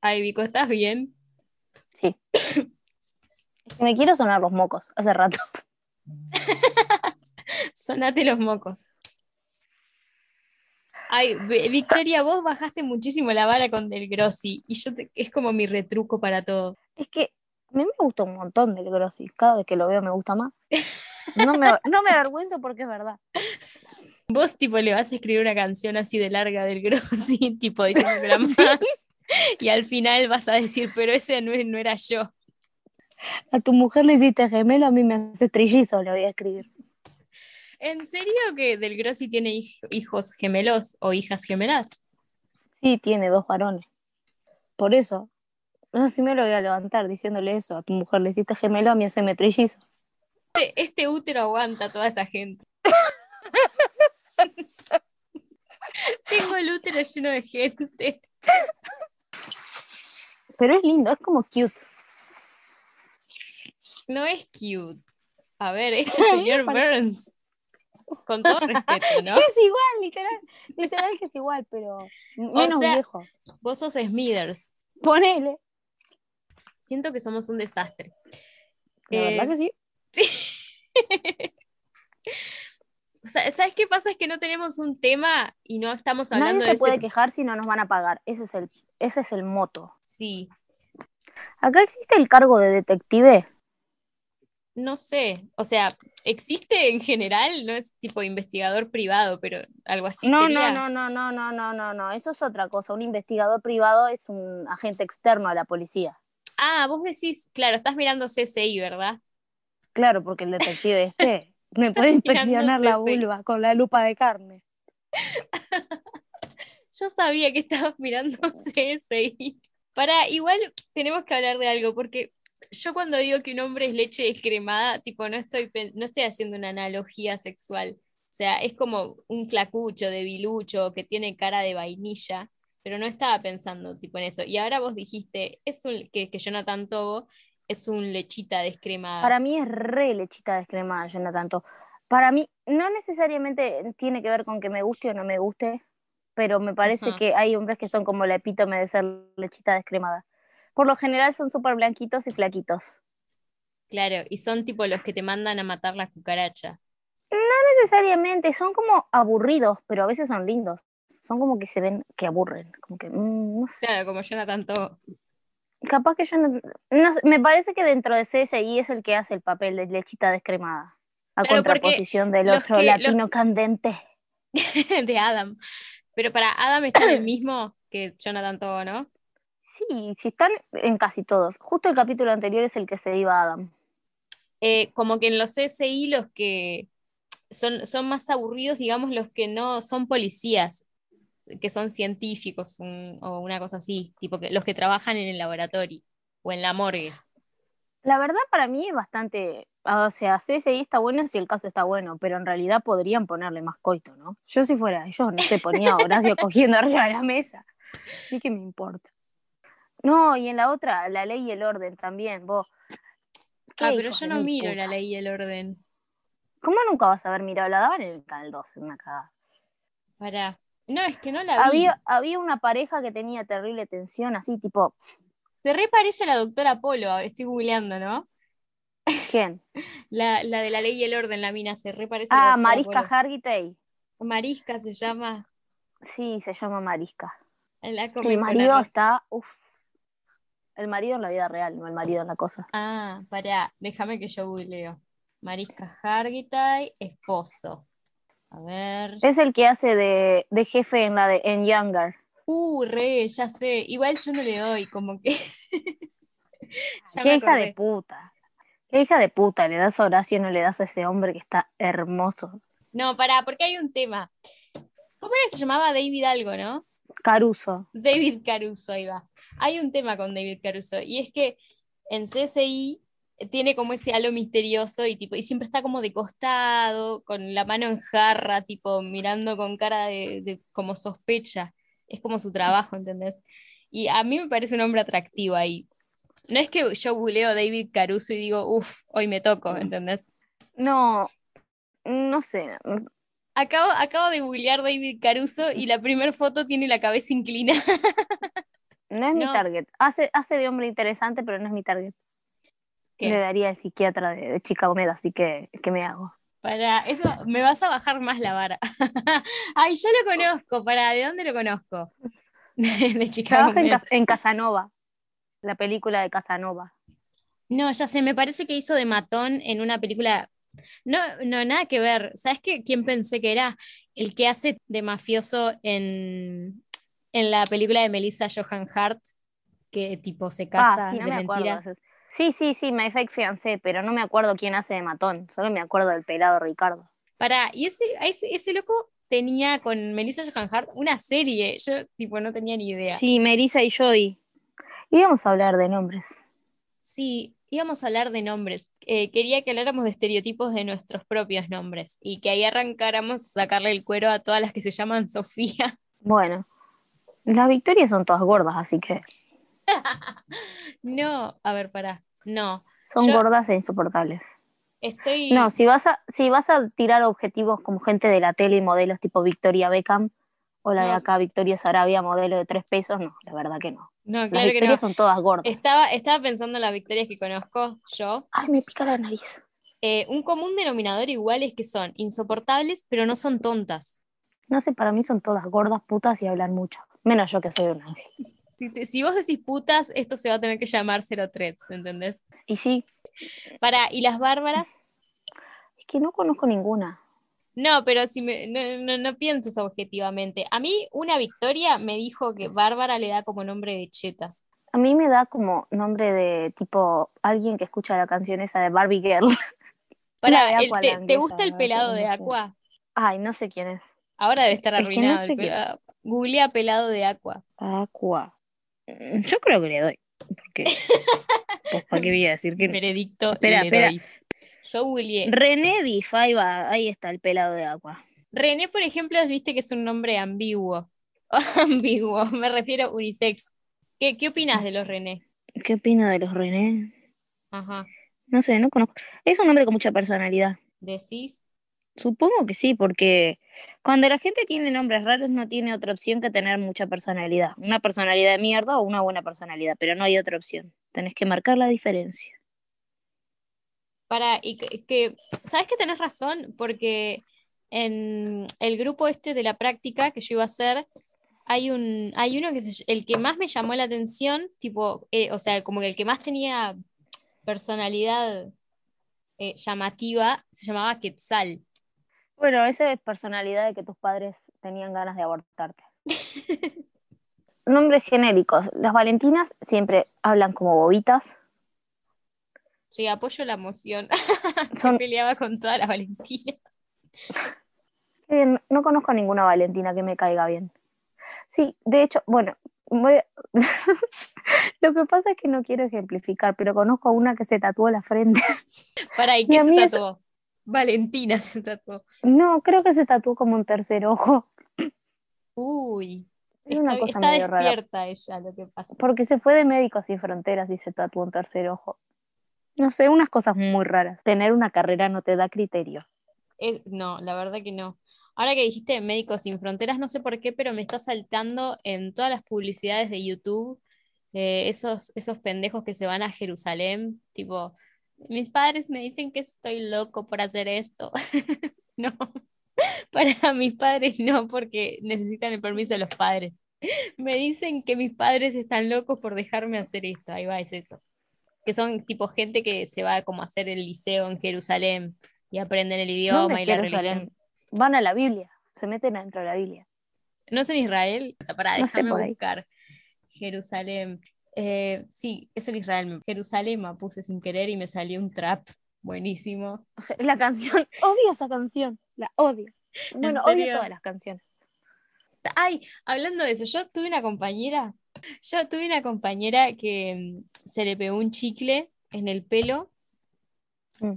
Ay, Vico, ¿estás bien? Sí. Es que me quiero sonar los mocos hace rato. Sonate los mocos. Ay, Vi- Victoria, vos bajaste muchísimo la vara con Del Grossi y yo te- es como mi retruco para todo. Es que a mí me gusta un montón del Grossi. Cada vez que lo veo me gusta más. No me, no me avergüenzo porque es verdad. Vos tipo le vas a escribir una canción así de larga Del Grossi, tipo diciendo que la amás, y al final vas a decir, pero ese no, es- no era yo. A tu mujer le hiciste gemelo, a mí me hace trillizo, le voy a escribir. ¿En serio que Del Grossi tiene hij- hijos gemelos o hijas gemelas? Sí, tiene dos varones. Por eso, no sé si me lo voy a levantar diciéndole eso. A tu mujer le hiciste gemelo, a mí hace trillizo. Este, este útero aguanta a toda esa gente. Tengo el útero lleno de gente. Pero es lindo, es como cute. No es cute. A ver, ese señor Burns. Con todo respeto, ¿no? Es igual, literal. Literal que es igual, pero menos sea- viejo. Vos sos Smithers. Ponele. Siento que somos un desastre. La Eh, verdad que sí. O sea, ¿Sabes qué pasa? Es que no tenemos un tema y no estamos hablando Nadie de se ese puede quejar si no nos van a pagar. Ese es el, ese es el moto. Sí. Acá existe el cargo de detective. No sé. O sea, existe en general, no es tipo investigador privado, pero algo así no, sería. no, no, no, no, no, no, no. Eso es otra cosa. Un investigador privado es un agente externo a la policía. Ah, vos decís, claro, estás mirando CCI, ¿verdad? Claro, porque el detective este me puede inspeccionar la Mirándose, sí. vulva con la lupa de carne. Yo sabía que estabas mirando CSI. Para, igual tenemos que hablar de algo, porque yo cuando digo que un hombre es leche descremada, tipo, no estoy, pen- no estoy haciendo una analogía sexual. O sea, es como un flacucho, debilucho, que tiene cara de vainilla, pero no estaba pensando tipo en eso. Y ahora vos dijiste es un, que, que Jonathan Togo es un lechita descremada. Para mí es re lechita descremada, yo no tanto. Para mí, no necesariamente tiene que ver con que me guste o no me guste, pero me parece Ajá. que hay hombres que son como la epítome de ser lechita descremada. Por lo general son súper blanquitos y flaquitos. Claro, y son tipo los que te mandan a matar la cucaracha. No necesariamente, son como aburridos, pero a veces son lindos. Son como que se ven que aburren. Como que, mm, no sé. Claro, como Jonathan Togo. Capaz que yo no, no sé, Me parece que dentro de CSI es el que hace el papel de lechita descremada. A Claro, porque contraposición del los otro que- los- latino candente. de Adam. Pero para Adam está en el mismo que Jonathan Togo, ¿no? Sí, sí están en casi todos. Justo el capítulo anterior es el que se iba Adam. Eh, como que en los CSI los que son, son más aburridos, digamos, los que no son policías, que son científicos un- o una cosa así, tipo que, los que trabajan en el laboratorio o en la morgue. La verdad para mí es bastante, ah, o sea, CSI está bueno si el caso está bueno, pero en realidad podrían ponerle más coito, ¿no? Yo si fuera ellos no se ponía a Horacio cogiendo arriba de la mesa. Así que me importa. No, y en la otra, la ley y el orden también, vos. ¿Qué Ah, pero hijos yo de no mil miro puta? la ley y el orden. ¿Cómo nunca vas a haber mirado? La daban en el canal 12, una cagada. Para. No, es que no la vi. Había, había una pareja que tenía terrible tensión, así tipo, Se re parece a la doctora Polo, estoy googleando, ¿no? ¿quién? La, la de la ley y el orden, la mina, se re parece a la Ah, doctora Marisca Polo. Hargitay. Marisca se llama. Sí, se llama Marisca. La come El con marido arroz. está. Uf. El marido en la vida real, no el marido en la cosa. Ah, pará, déjame que yo googleo. Mariska Hargitay, esposo. A ver. Es el que hace de, de jefe en la de en Younger. Uh, re, ya sé. Igual yo no le doy, como que. Ya me Qué hija de acordé. puta. Qué hija de puta. Le das a Horacio y no le das a ese hombre que está hermoso. No, pará, porque hay un tema. ¿Cómo era que se llamaba David algo, no? Caruso. David Caruso, ahí va. Hay un tema con David Caruso, y es que en CSI tiene como ese halo misterioso y tipo, y siempre está como de costado, con la mano en jarra, tipo, mirando con cara de, de- como sospecha. Es como su trabajo, ¿entendés? Y a mí me parece un hombre atractivo ahí. No es que yo googleo David Caruso y digo, uff, hoy me toco, ¿entendés? No. No sé. Acabo, acabo de googlear David Caruso y la primera foto tiene la cabeza inclinada. No es mi No. target. Hace, hace de hombre interesante, pero no es mi target. ¿Qué? Le daría el psiquiatra de, de Chicago Med, así que, ¿qué me hago? Para, eso me vas a bajar más la vara. Ay, yo lo conozco, para, ¿de dónde lo conozco? De Chicago. Trabaja en, Med. Cas- en Casanova, la película de Casanova. No, ya sé, me parece que hizo de matón en una película. No, no, nada que ver. ¿Sabes qué? ¿Quién pensé que era? El que hace de mafioso en, en la película de Melissa Johan Hart, que tipo se casa ah, sí, no de me acuerdo. mentira. de eso. Sí, sí, sí, My Fake Fiancé, pero no me acuerdo quién hace de matón. Solo me acuerdo del pelado Ricardo. Para, y ese, a ese, ese loco tenía con Melissa Johan Hart una serie. Yo tipo no tenía ni idea. Sí, Melissa y Joy. Íbamos a hablar de nombres. Sí, íbamos a hablar de nombres. Eh, quería que habláramos de estereotipos de nuestros propios nombres y que ahí arrancáramos a sacarle el cuero a todas las que se llaman Sofía. Bueno, las victorias son todas gordas, así que No, a ver, pará. No, son Yo- gordas e insoportables. estoy. No, si vas, a, si vas a tirar objetivos como gente de la tele y modelos tipo Victoria Beckham o la de No. acá Victoria Sarabia, modelo de tres pesos, no, la verdad que no. no, Las claro que no. victorias son todas gordas. Estaba, estaba pensando en las victorias que conozco yo. Ay, me pica la nariz. Eh, un común denominador igual es que son insoportables, pero no son tontas. No sé, para mí son todas gordas, putas y hablan mucho. Menos yo que soy un ángel. Si, te- si vos decís putas, esto se va a tener que llamar cero threads, ¿entendés? Y sí, Para, y las bárbaras, es que no conozco ninguna. No, pero si me- no, no, no pienses objetivamente. A mí una Victoria me dijo que Bárbara le da como nombre de cheta. A mí me da como nombre de tipo alguien que escucha la canción esa de Barbie Girl. Una de Para, Aqua te, Land, te esa, gusta el ¿no? pelado de No sé. Aqua? Ay, no sé quién es. Ahora debe estar Es que arruinado no el sé qué es. pelado. Googlea pelado de Aqua. Aqua. Ah, Mm, Yo creo que le doy. Porque. pues, ¿Para qué voy a decir que no? Veredicto Espera, le espera. doy. Yo googleé. René Dif, ahí va, ahí está el pelado de Aqua. René, por ejemplo, viste que es un nombre ambiguo. ambiguo, me refiero unisex. ¿Qué, qué opinas de los René? ¿Qué opina de los René? Ajá. No sé, no conozco. Es un hombre con mucha personalidad. ¿Decís? Supongo que sí, porque cuando la gente tiene nombres raros no tiene otra opción que tener mucha personalidad. Una personalidad de mierda o una buena personalidad, pero no hay otra opción. Tenés que marcar la diferencia. Para, y que, que- sabes que tenés razón, porque en el grupo este de la práctica que yo iba a hacer, hay un, hay uno que se ll- el que más me llamó la atención, tipo, eh, o sea, como que el que más tenía personalidad eh, llamativa, se llamaba Quetzal. Bueno, esa es personalidad de que tus padres tenían ganas de abortarte. Nombres genéricos. Las Valentinas siempre hablan como bobitas. Sí, apoyo la moción. se Son- peleaba con todas las valentinas. Eh, no- no conozco a ninguna Valentina que me caiga bien. Sí, de hecho, bueno, voy a- lo que pasa es que no quiero ejemplificar, pero conozco a una que se tatuó la frente. Para, ¿y Y qué a se mí eso- tatuó? Valentina se tatuó. No, creo que se tatuó como un tercer ojo. Uy, Es una está, cosa está medio rara. despierta ella lo que pasa. Porque se fue de Médicos Sin Fronteras y se tatuó un tercer ojo. No sé, unas cosas muy raras. Tener una carrera no te da criterio. Eh, no, la verdad que no. Ahora que dijiste Médicos Sin Fronteras, no sé por qué, pero me está saltando en todas las publicidades de YouTube eh, esos, esos pendejos que se van a Jerusalén, tipo, mis padres me dicen que estoy loco por hacer esto. No, para mis padres no, porque necesitan el permiso de los padres. Me dicen que mis padres están locos por dejarme hacer esto. Ahí va, es eso. Que son tipo gente que se va como a hacer el liceo en Jerusalén y aprenden el idioma ¿Dónde y es la Jerusalén? religión. Van a la Biblia, se meten adentro de la Biblia. No es en Israel, para No sé, déjame por ahí. buscar. Jerusalén. Eh, sí, es en Israel. Jerusalén me puse sin querer y me salió un trap. Buenísimo. La canción, odio esa canción, la odio. Bueno, odio serio? todas las canciones. Ay, hablando de eso, yo tuve una compañera, yo tuve una compañera que mm, se le pegó un chicle en el pelo Mm.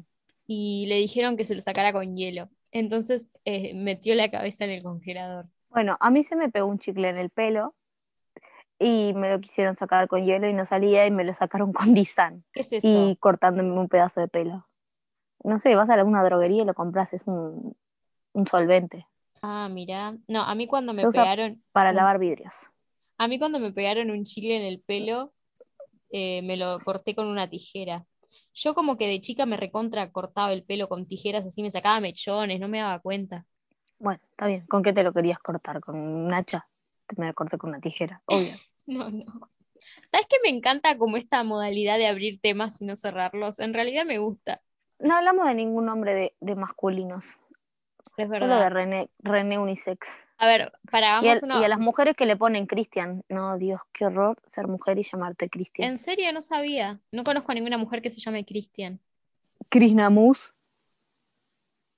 y le dijeron que se lo sacara con hielo. Entonces eh, metió la cabeza en el congelador. Bueno, a mí se me pegó un chicle en el pelo y me lo quisieron sacar con hielo y no salía y me lo sacaron con Disan ¿Qué es eso? y cortándome un pedazo de pelo. No sé, vas a alguna droguería y lo compras, es un, un solvente Ah, mirá. No, a mí cuando me Se usa pegaron, para Mm. lavar vidrios. A mí cuando me pegaron un chile en el pelo, eh, me lo corté con una tijera. Yo como que de chica me recontra cortaba el pelo con tijeras, así me sacaba mechones, no me daba cuenta. Bueno, está bien. ¿Con qué te lo querías cortar? ¿Con un hacha? Te me lo corté con una tijera, obvio. No, no. ¿Sabes que me encanta como esta modalidad de abrir temas y no cerrarlos? En realidad me gusta. No hablamos de ningún nombre de, de masculinos. Es Solo de verdad. René, René Unisex. A ver, para Y, al- hagamos uno. y a las mujeres que le ponen Cristian. No, Dios, qué horror ser mujer y llamarte Cristian. En serio, no sabía. No conozco a ninguna mujer que se llame Cristian. Crisnamus.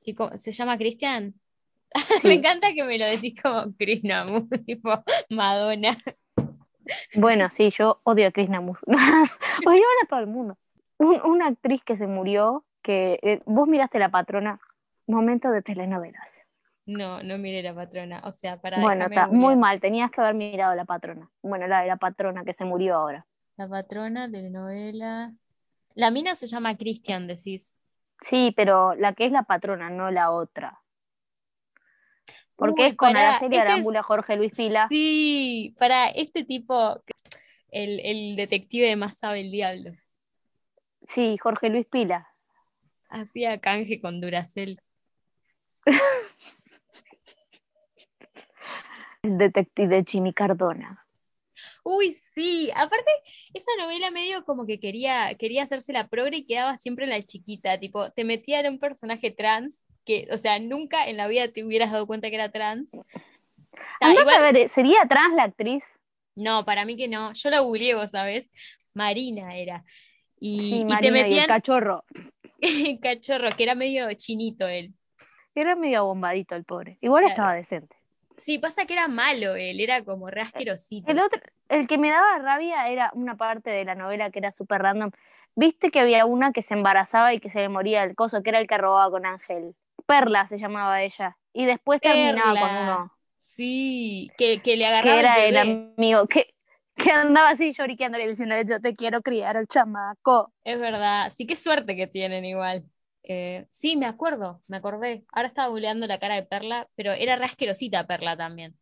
¿Y cómo- ¿Se llama Cristian? Sí. Me encanta que me lo decís como Crisnamu, tipo Madonna. Bueno, sí, yo odio a Crisnamus. Odiaban a todo el mundo. Un- una actriz que se murió, que eh, vos miraste la patrona, momento de telenovelas. No, no miré la patrona. O sea, para Bueno, déjame está muy googlear. mal, tenías que haber mirado la patrona. Bueno, la de la patrona que se murió ahora. La patrona, telenovela. La mina se llama Cristian, decís. Sí, pero la que es la patrona, no la otra. Porque Uy, es con pará, Araceli este es- Arámbula, Jorge Luis Pila. Sí, para este tipo, el, el detective de más sabe el diablo. Sí, Jorge Luis Pila. Hacía canje con Duracel. El detective Jimmy Cardona. Uy, sí. Aparte, esa novela medio como que quería, quería hacerse la progre y quedaba siempre en la chiquita. Tipo, te metía en un personaje trans que, o sea, nunca en la vida te hubieras dado cuenta que era trans. Ta, Andás Ah, igual- a ver, eh, ¿sería trans la actriz? no, para mí que no. Yo la googleé, vos sabés. Marina era. Y, Sí, y te Marina y el metían cachorro. cachorro, que era medio chinito él. Era medio abombadito el pobre. Igual Claro. estaba decente. Sí, pasa que era malo él, era como re asquerosito. El otro, el que me daba rabia era una parte de la novela que era súper random. Viste que había una que se embarazaba y que se le moría el coso, que era el que robaba con Ángel. Perla se llamaba ella. Y después terminaba con Perla. uno, Sí, que, que le agarraba que el era el bebé. amigo, que, que andaba así lloriqueándole diciendo, yo te quiero criar al chamaco. Es verdad, sí, qué suerte que tienen igual. Eh, sí, me acuerdo, me acordé. Ahora estaba buleando la cara de Perla, pero era re asquerosita Perla también.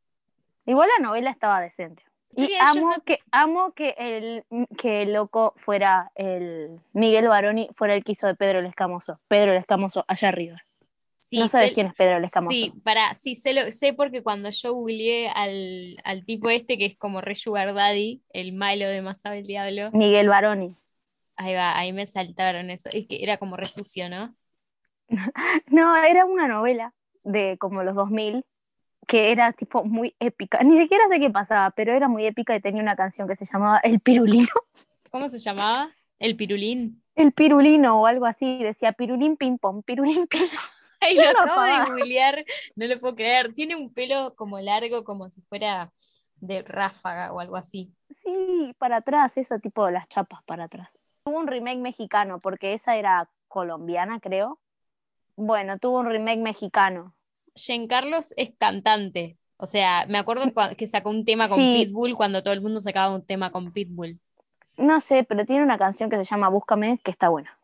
Igual la novela estaba decente. Y Historia de amo Sherlock. que, amo que el que el loco fuera el Miguel Baroni fuera el que hizo de Pedro el Escamoso. Pedro el Escamoso, allá arriba. Sí, no sabes sé- quién es Pedro el Escamoso. Sí, para, sí, sé, lo- sé porque cuando yo googleé al, al tipo este, que es como re sugar daddy, el malo de Más sabe el diablo, Miguel Baroni. ahí va, ahí me saltaron eso. Es que era como re sucio, ¿no? No, era una novela de como los 2000 que era tipo muy épica. Ni siquiera sé qué pasaba, pero era muy épica y tenía una canción que se llamaba El Pirulino. ¿Cómo se llamaba? El pirulín. El Pirulino o algo así. Decía Pirulín ping pong, Pirulín ping pong. Ay, lo Yo no acabo de pagaba. googlear, no lo puedo creer. Tiene un pelo como largo, como si fuera de ráfaga o algo así. Sí, para atrás, eso tipo las chapas para atrás. Tuvo un remake mexicano, porque esa era colombiana, creo. Bueno, tuvo un remake mexicano. Giancarlos Carlos es cantante. O sea, me acuerdo cua- que sacó un tema con Sí. Pitbull cuando todo el mundo sacaba un tema con Pitbull. No sé, pero tiene una canción que se llama Búscame, que está buena.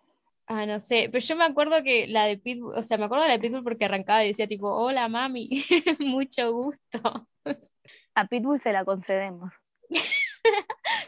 Ah, no sé, pero yo me acuerdo que la de Pitbull, o sea, me acuerdo de la de Pitbull porque arrancaba y decía tipo, hola mami, mucho gusto. A Pitbull se la concedemos.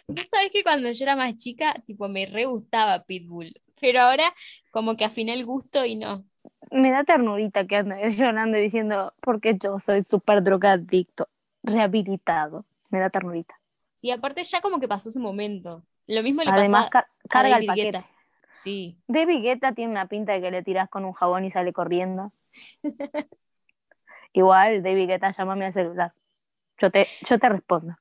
Vos sabés que cuando yo era más chica, tipo, me re gustaba Pitbull, pero ahora como que afiné el gusto y no. Me da ternurita que anda llorando y diciendo, porque yo soy súper drogadicto, rehabilitado. Me da ternurita. Sí, aparte ya como que pasó su momento. Lo mismo le Además, pasó a- car- carga a el David paquete. Guetta. Sí. David Guetta tiene una pinta de que le tirás con un jabón y sale corriendo. Igual, David Guetta, llámame al celular. Yo te, yo te respondo.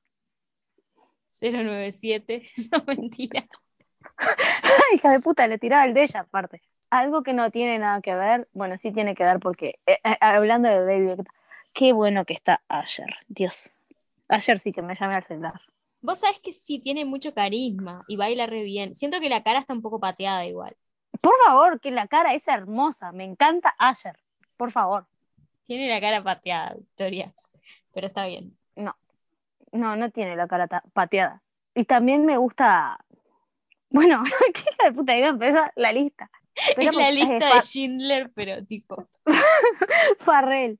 097. No, mentira. Ay, hija de puta, le tiraba el de ella aparte. Algo que no tiene nada que ver, bueno, sí tiene que ver porque, eh, eh, hablando de David Guetta, qué bueno que está ayer, Dios. Ayer sí que me llamé al celular. Vos sabés que sí, tiene mucho carisma y baila re bien. Siento que la cara está un poco pateada igual. Por favor, que la cara es hermosa, me encanta ayer. Por favor. Tiene la cara pateada, Victoria. Pero está bien. No, no tiene la cara ta- pateada. Y también me gusta. Bueno, qué hija de puta, iba a empezar la lista. Es Empezamos- la eh, lista Fa- de Schindler, pero tipo. Farrell.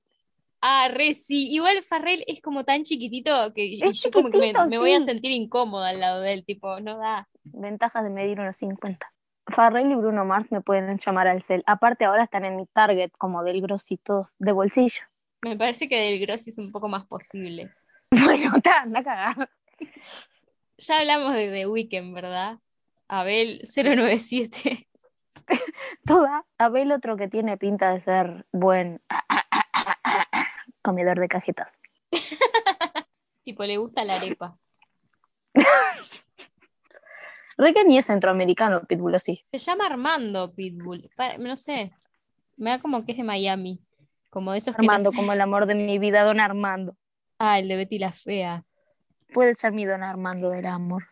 Ah, re, sí. Igual Farrell es como tan chiquitito que y Es yo como que me, chiquitito, me voy a sí. sentir incómoda al lado de él, tipo, no da. Ventajas de medir unos 50. Farrell y Bruno Mars me pueden llamar al cel. Aparte ahora están en mi target como del grositos de bolsillo. Me parece que Del Grossi es un poco más posible. Bueno, está, anda a cagar. Ya hablamos de The Weeknd, ¿verdad? Abel 097. Toda. Abel otro que tiene pinta de ser buen comedor de cajetas. tipo, le gusta la arepa. Re que ni es centroamericano, Pitbull, ¿o sí. Se llama Armando Pitbull. Pa- no sé. Me da como que es de Miami. Como de esos que no Armando, sé- como el amor de mi vida, don Armando. Ah, el de Betty la Fea. Puede ser mi don Armando del amor.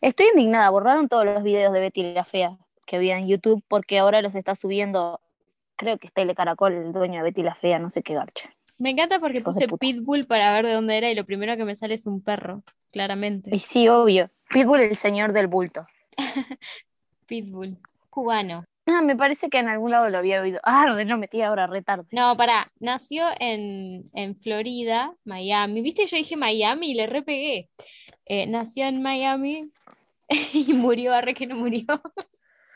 Estoy indignada, borraron todos los videos de Betty la Fea que había en YouTube porque ahora los está subiendo, creo que está el Caracol, el dueño de Betty la Fea, no sé qué garcha. Me encanta porque Hijos de puse puta. Pitbull para ver de dónde era y lo primero que me sale es un perro, claramente. Y sí, obvio, Pitbull el señor del bulto. Pitbull. Cubano. Ah, me parece que en algún lado lo había oído. Ah, re, no metí ahora, re tarde. No, pará. Nació en, en Florida, Miami. ¿Viste? Yo dije Miami y le repegué. Eh, nació en Miami y murió, arre que no murió.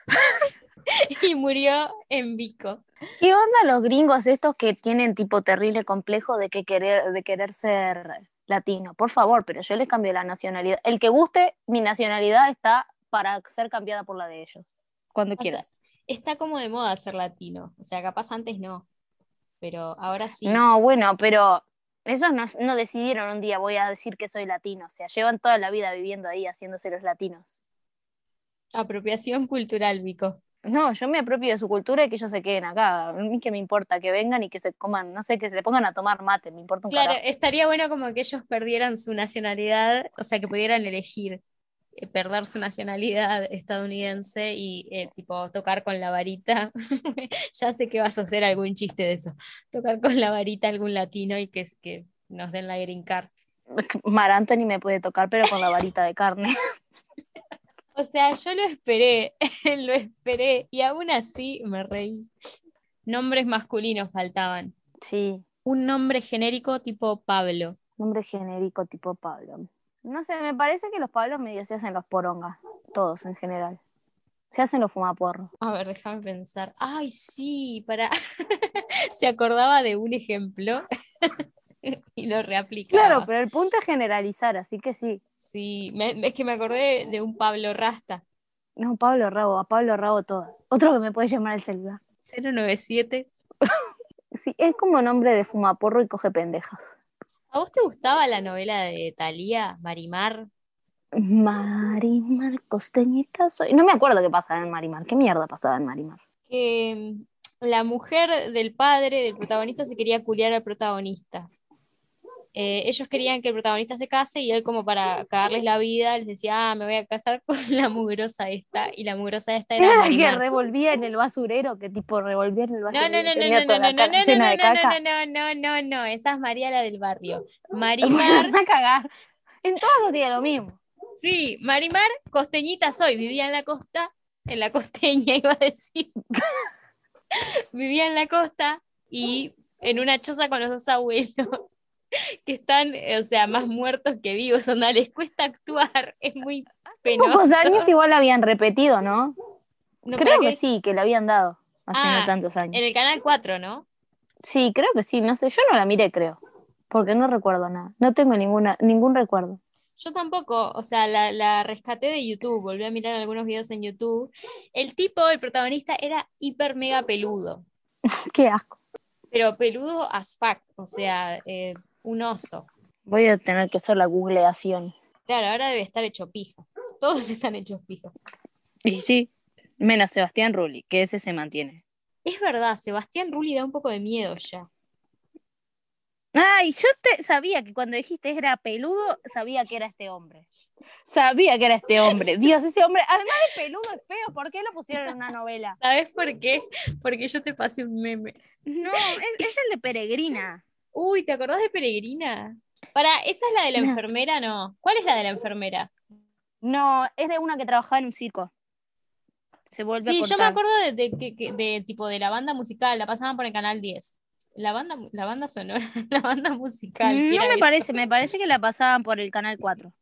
y murió en Vico. ¿Qué onda los gringos estos que tienen tipo terrible complejo de que querer, de querer ser latino? Por favor, pero yo les cambio la nacionalidad. El que guste, mi nacionalidad está para ser cambiada por la de ellos. Cuando O quieran. sea, está como de moda ser latino. O sea, capaz antes no. Pero ahora sí. No, bueno, pero ellos no, no decidieron un día voy a decir que soy latino. O sea, llevan toda la vida viviendo ahí haciéndose los latinos. Apropiación cultural, Vico. No, yo me apropio de su cultura y que ellos se queden acá. A mí que me importa que vengan y que se coman, no sé, que se pongan a tomar mate, me importa un Claro, carajo. estaría bueno como que ellos perdieran su nacionalidad, o sea, que pudieran elegir eh, perder su nacionalidad estadounidense y eh, tipo tocar con la varita. ya sé que vas a hacer algún chiste de eso. Tocar con la varita a algún latino y que, que nos den la green card. Mar Anthony me puede tocar, pero con la varita de carne. O sea, yo lo esperé, lo esperé y aún así me reí. Nombres masculinos faltaban. Sí. Un nombre genérico tipo Pablo. Nombre genérico tipo Pablo. No sé, me parece que los Pablos medio se hacen los porongas, todos en general. Se hacen los fumaporros. A ver, déjame pensar. Ay, sí, para. Se acordaba de un ejemplo y lo reaplicaba. Claro, pero el punto es generalizar, así que sí. Sí, me- es que me acordé de un Pablo Rasta, No, Pablo Rabo, a Pablo Rabo todo. Otro que me puede llamar al celular. 097. Sí, es como nombre de fumaporro y coge pendejas. ¿A vos te gustaba la novela de Thalía, Marimar? Marimar Costeñita soy. No me acuerdo qué pasaba en Marimar. ¿Qué mierda pasaba en Marimar? Que mm, la mujer del padre del protagonista se quería culiar al protagonista. Eh, ellos querían que el protagonista se case y él como para cagarles la vida les decía, ah, me voy a casar con la mugrosa esta. Y la mugrosa esta era Era la que Marimar. revolvía en el basurero, que tipo revolvía en el No, basurero. no, y no, no, tenía no, toda no, la no, cara no, llena de no, no, caca. no, no, no, no, esa es María la del barrio. Bueno, Marimar, anda a cagar. En todas hacía lo mismo. sí, Marimar, costeñita soy, vivía en la costa, en la costeña iba a decir. Vivía en la costa y en una choza con los dos abuelos, que están, eh, o sea, más muertos que vivos, onda, les cuesta actuar, es muy penoso. Pocos años igual la habían repetido, ¿no? No, ¿para creo que qué? sí, que la habían dado hace Ah, no tantos años. En el canal 4, ¿no? Sí, creo que sí, no sé, yo no la miré, creo. Porque no recuerdo nada, no tengo ninguna, ningún recuerdo. Yo tampoco, o sea, la, la rescaté de YouTube, volví a mirar algunos videos en YouTube. El tipo, el protagonista, era hiper mega peludo, Qué asco. pero peludo as fuck, o sea, eh, un oso. Voy a tener que hacer la googleación. Claro, ahora debe estar hecho pija. Todos están hechos pija. Y sí, menos Sebastián Rulli, que ese se mantiene. Es verdad, Sebastián Rulli da un poco de miedo ya. Ay, yo te sabía que cuando dijiste era peludo, sabía que era este hombre. Sabía que era este hombre. Dios, ese hombre, además de peludo, es feo. ¿Por qué lo pusieron en una novela? ¿Sabes por qué? Porque yo te pasé un meme. No, es, es el de Peregrina. Uy, ¿te acordás de Peregrina? Para, esa es la de la No. enfermera, no. ¿Cuál es la de la enfermera? No, es de una que trabajaba en un circo. Se vuelve Sí, a yo me cortar. acuerdo de, de que- que- de, tipo de la banda musical, la pasaban por el canal 10. la banda, la banda sonora, la banda musical. Mm, no era me eso. parece, me parece que la pasaban por el canal 4.